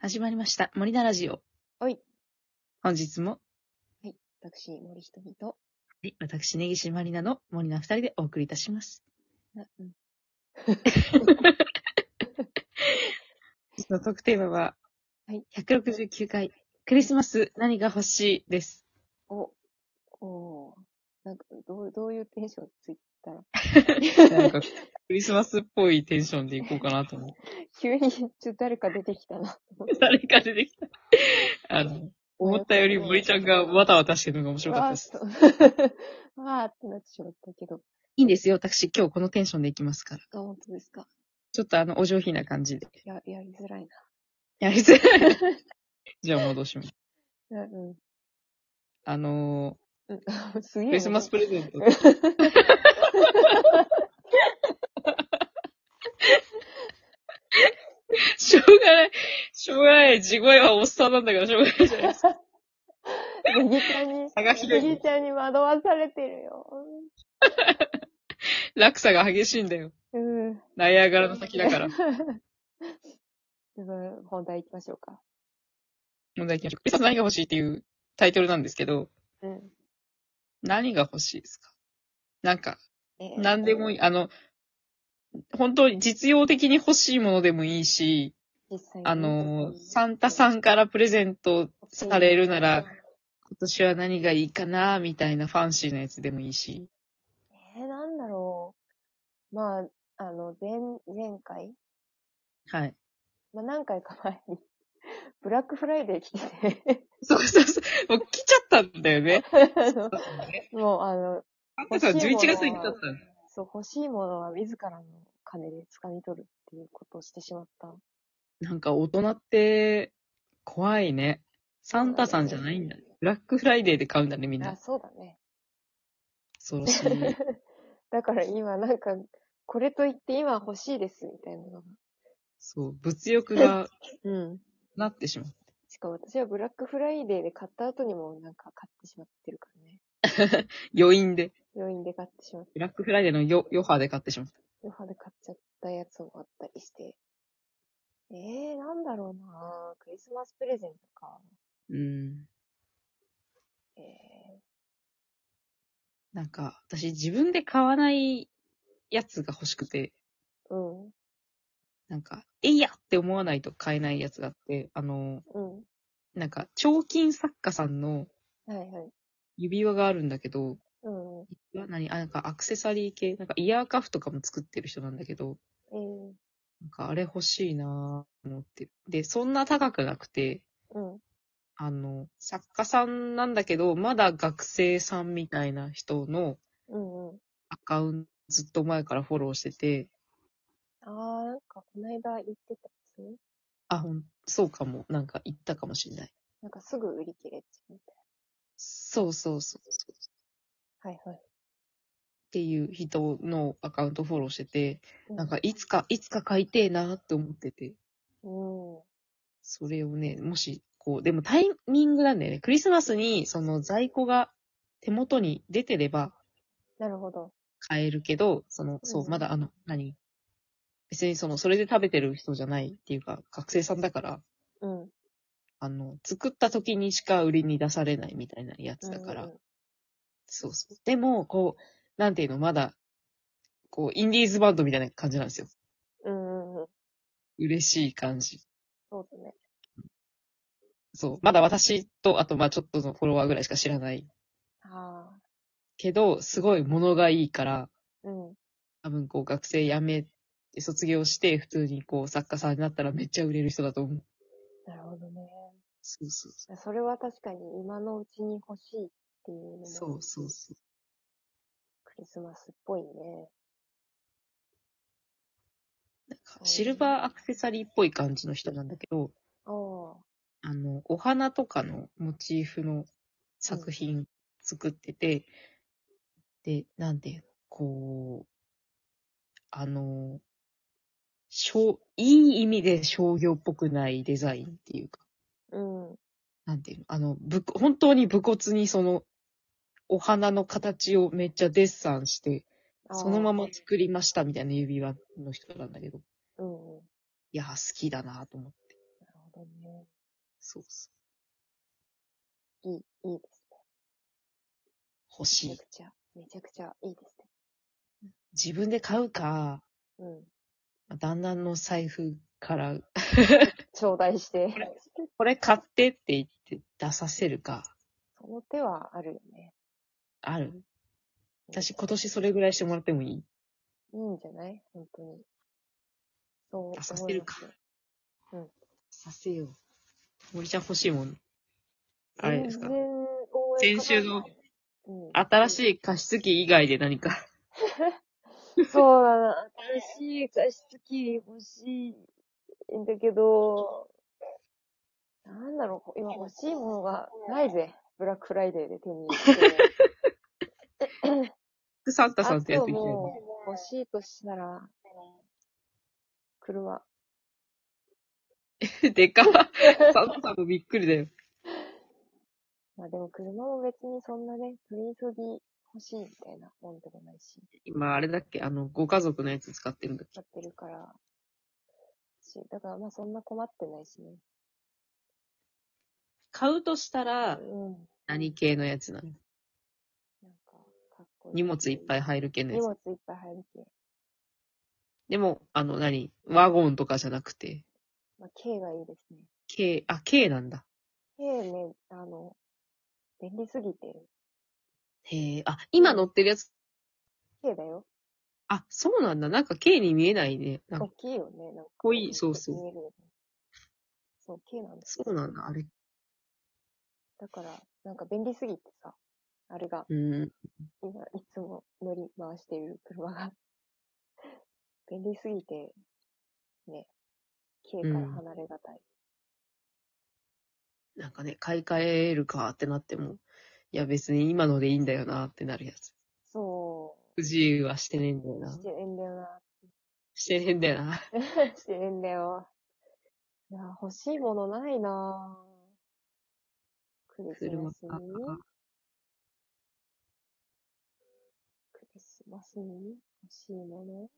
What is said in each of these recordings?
始まりました。森田ラジオ。はい。本日も、私、森ひとみと、はい私、根岸まりなの森の二人でお送りいたします。な、うん、そのトークテーマは、はい、 169回、クリスマス何が欲しいです。お、おーなんか、どう、どういうテンションついたら、なんか、クリスマスっぽいテンションでいこうかなと思って。 急に、ちょっと誰か出てきたな。 誰か出てきた。あの、思ったより森ちゃんがわたわたしてるのが面白かったです。わーっと わーってなってしまったけど。いいんですよ。私、今日このテンションでいきますから。あ、本当ですか。ちょっとあの、お上品な感じで。や、やりづらいやりづらい。 じゃあ戻します。な。うん、あのー、うん。 すげえ。クリスマスプレゼント。しょうがない。しょうがない。地声はおっさんなんだからしょうがないじゃないですか。ネギちゃん に、差がネ広いギ。ちゃんに惑わされてるよ。落差が激しいんだよ。うん。ナイアガラの先だ から。では、本題行きましょうか。問題行きましょう。クリスマス何が欲しいっていうタイトルなんですけど、うん。何が欲しいですかなんか、えー何でもいい。あの、本当に実用的に欲しいものでもいいし、実際にあの、サンタさんからプレゼントされるなら、今年は何がいいかなみたいなファンシーなやつでもいいし。えー、なんだろう。まあ、あの、前、前回はい。まあ、何回か前に、 ブラックフライデー来ててそうそうそう。もう来ちゃったんだよね。あの、もう、あの、あそう、11月に来ちゃったんだそう、欲しいものは自らの金で掴み取るっていうことをしてしまった。なんか大人って、怖いね。サンタさんじゃないんだね。ブラックフライデーで買うんだね、みんあ、な。そうだね。恐ろし い。 だから今、なんか、これと言って今欲しいです、みたいなのが。そう、物欲がうん。なってしまう。 しかも私はブラックフライデーで買った後にもなんか買ってしまってるからね。余韻で。病院で買ってしまって、ブラックフライデーの余余波で買ってしまった。余波で買っちゃったやつもあったりして。えー、なんだろうなぁクリスマスプレゼントか。うん。えなんか、私自分で買わないやつが欲しくて、ー、うん、なんか、えいやって思わないと買えないやつがあって、あの、うん。なんか、彫金作家さんのはいはい。指輪があるんだけど、うん。指輪何あ、なんかアクセサリー系、なんかイヤーカフとかも作ってる人なんだけど、えー、なんかあれ欲しいなぁと思ってる。で、そんな高くなくて、うん。あの、作家さんなんだけど、まだ学生さんみたいな人のうんうん。アカウントずっと前からフォローしてて、あー、なんかこの間言ってたですね。あ、ほん、そうかも、なんか言ったかもしれない。なんかすぐ売り切れちゃうみたいそうそうそうそう。っな。はいはい。ていう人のアカウントフォローしてて、うなんか、いつか、いつか買いてえなって思ってて、うん。それをね、もし、こう、でもタイミングなんだよね。クリスマスに、その在庫が手元に出てればなるほど。買えるけど、その、そうう、んまだあの、何別にその、それで食べてる人じゃないっていうか、学生さんだから、うん。あの、作った時にしか売りに出されないみたいなやつだから、うんうんそうそう。でも、こう、なんていうの、まだ、こう、インディーズバンドみたいな感じなんですよ。うんうんうん。嬉しい感じ。そうだね。そう。まだ私と、あと、まあちょっとのフォロワーぐらいしか知らないあけど、すごい物がいいから、ー。うん。多分こう学生辞めて卒業して、普通にこう作家さんになったらめっちゃ売れる人だと思う。なるほどね。そうそうそそれは確かに今のうちに欲しいっていう。うのも、そうそうそう。クリスマスっぽいね。なんかシルバーアクセサリーっぽい感じの人なんだけど、あー。あの、お花とかのモチーフの作品作ってて、で、なんていうの、こう、あの、しょう、いい意味で商業っぽくないデザインっていうか、うん。なんていうの、あの、ぶこ、本当に武骨にその、お花の形をめっちゃデッサンして、あーそのまま作りましたみたいな指輪の人なんだけど、うんうん。いや、好きだなと思って。なるほどどね。そうそいい、いいですね。う。欲めしちゃい。くちゃ、めちゃくちゃいいですね。自分で買うか、うん。旦那の財布から、頂戴して。これこれ買ってって言って出させるか、その手はあるよね。ある。うん私今年それぐらいしてもらってもいいいいんじゃない本当に。そう思い出ますさせるか。うん。させよう。森ちゃん欲しいもん。あれですか全然応援かかんない、うん、新しい加湿器以外で何か。 い。そうだな。新しい加湿器欲しいんだけど、なんだろう、今欲しいものがないぜ。ブラックフライデーで手に入れて。 サンタさんあってやつとてきてるもう欲しいとしたら、車。 でかっ。サンタさんもびっくりだよ。まあでも車も別にそんなね、取り急ぎ欲しいみたいなもんでもないし、今、あれだっけあの、ご家族のやつ使ってるんだっけ買ってるから。し、だからまあそんな困ってないしね。買うとしたら、うん。何系のやつなのなんか、かっこいい。荷物いっぱい入る系の荷やつ。物いっぱい入る系。でも、あの、何ワゴンとかじゃなくて、まあ K がいいですね。軽、あ、軽なんだ。 K ね、あの、便利すぎて。へえ、あ、今乗ってるやつ、 K だよ。あ、そうなんだ。なんか軽に見えないね。なん大かきいよね。なんか。こいいそうそう見えるよね。そう、K なんですそようなんだ、あれ。だから、なんか便利すぎてさ、あれが、うん。今、いつも乗り回している車が、 便利すぎて、ね、K から離れがたい。なんかね、買い替えるかってなっても、いや別に今のでいいんだよなってなるやつ。そ不自由はしてねえんだよう、なし。てねえんだよな。 してねえんだよな。してねえんだよ。いや、欲しいものないなクリスマ車スにか。クリスマスに欲しいも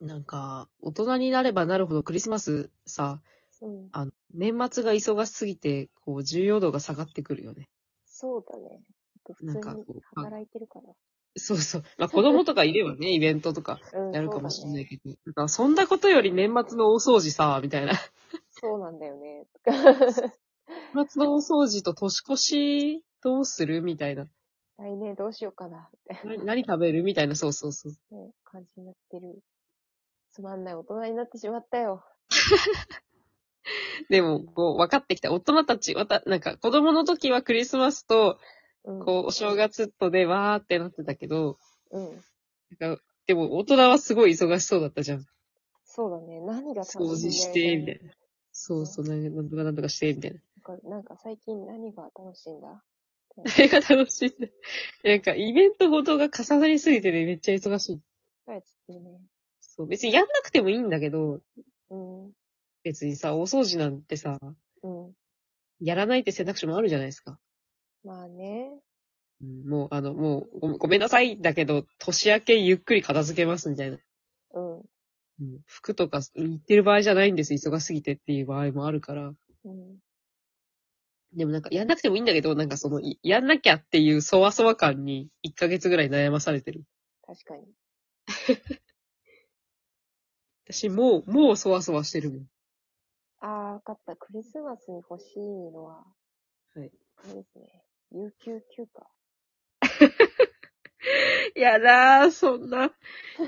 のなんか、大人になればなるほどクリスマスさ、うん。あの、年末が忙しすぎて、こう、重要度が下がってくるよね。そうだね。あと普なん通かにこうあ働いてるから。そうそう。まあ、子供とかいればね、イベントとかうん、やるかもしそうれなだいね。けど。だから、そんなことより年末の大掃除さ、みたいな。 そうなんだよね。 年末の大掃除と年越し、どうするみたいな。来年どうしようかな、みたいな何食べるみたいな、そうそうそう。なね感じになってる。つまんない大人になってしまったよ。でも、こう、分かってきた。大人たち、わた、なんか、子供の時はクリスマスと、うん。こう、お正月とで、わーってなってたけど、うん。なんかでも、大人はすごい忙しそうだったじゃん。そうだね。何が掃楽し除いんだしよて、みねたいな。そうそう、なんなんとかなんとかして、みたいな。 なんかなんか最近何が楽しいんだそれが楽しいんだ。なんか、イベントごとが重なりすぎてね、めっちゃ忙しい。疲れちゃってるね。そう、別にやんなくてもいいんだけど、うん。別にさ、お掃除なんてさ、うん。やらないって選択肢もあるじゃないですか。まあね。うんもう、あの、もうご、ごめんなさい、だけど、年明けゆっくり片付けます、みたいな。うん。うん服とか、言ってる場合じゃないんです、忙しすぎてっていう場合もあるから。うん。でもなんか、やんなくてもいいんだけど、なんかその、いやんなきゃっていうそわそわ感に、1ヶ月ぐらい悩まされてる。確かに。私、もう、もうそわそわしてるもん。ああ、わかった。クリスマスに欲しいのは、はい。あれですね。有給休暇。い やだー、そんな、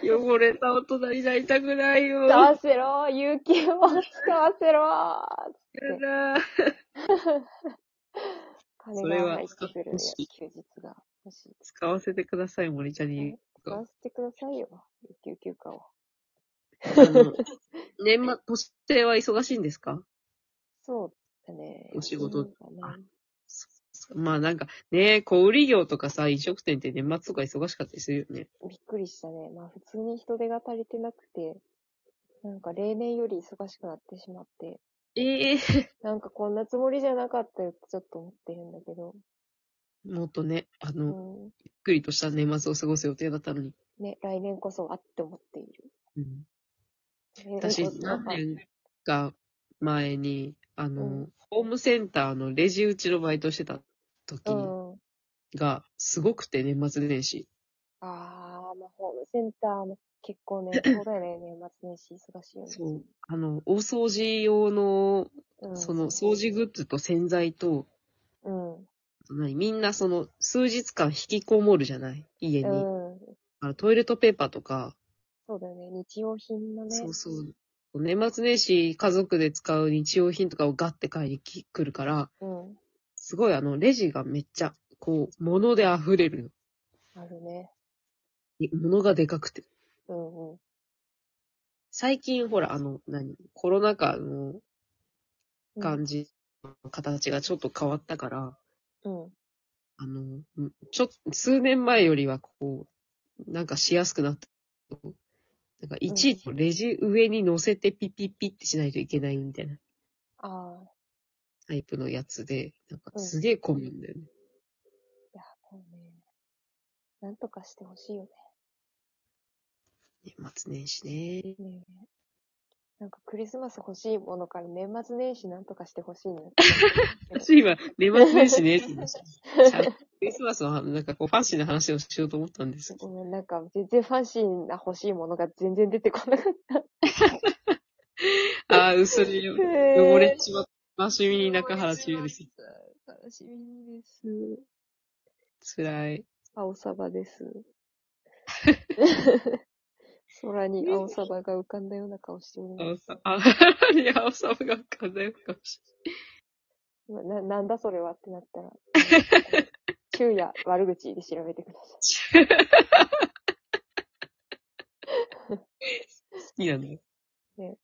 汚れた大人になりたくないよ。使やわせろ有給を使わせろだー。金それがは入ってくる欲しい休日が欲しい。使わせてください、森ちゃんに。使わせてくださいよ。有給休暇を。あの 年末、年末は忙しいんですかそうだね。お仕事休みがねまあなんか、ね小売業とかさ、飲食店って年末とか忙しかったりするよね。びっくりしたね。まあ普通に人手が足りてなくて、なんか例年より忙しくなってしまって、ええなんかこんなつもりじゃなかったよってちょっと思ってるんだけど、もっとね、あうの、ん。ゆっくりとした年末を過ごす予定だったのに。ね、来年こそあって思っている。うん、来年こ私、そ何あ年か前に、あの、うんホームセンターのレジ打ちのバイトしてた時うん。が、すごくて、年末年始。あー、まあ、ホームセンターも結構 ね、そうだよね、年末年始忙しいよね。そう。あの、大掃除用の、うん、その、掃除グッズと洗剤と、うん。何みんなその、数日間引きこもるじゃない家に。だうん。からトイレットペーパーとか、そうだよね、日用品のね。そうそう。年末年始家族で使う日用品とかをガッて買いに来るから、うん。すごいあの、レジがめっちゃ、こう、物で溢れるあるね。の。物がでかくて。うんうん。最近ほら、あの、何コロナ禍の感じ、形がちょっと変わったから、うん。あの、んちょ、数年前よりはこう、なんかしやすくなった。なんか、いちいちレジ上に乗せてピッピッピッってしないといけないみたいなああ、タイプのやつで、なんかうんすげえ混むんだよね。いや、こうね。なんとかしてほしいよ年末年始ね。ね。ねえなんかクリスマス欲しいものから年末年始なんとかしてほしいね。私 今、年末年始ねって言いました。 ちゃ んとクリスマスの話、なんかこう、ファンシーな話をしようと思ったんですけど。 ごめん、なんか全然ファンシーな欲しいものが全然出てこなかっああ、薄にた。汚れちまった。真面目に中原中でですす。。楽しみにです。辛い。青サバです。 空に青サバが浮かんだような顔しておりあまおす。さ、あ、 いや、おさむが浮かんだよかもしまな、なんだそれはって なったら、昼夜悪口で調べてくだされない。 好きなのね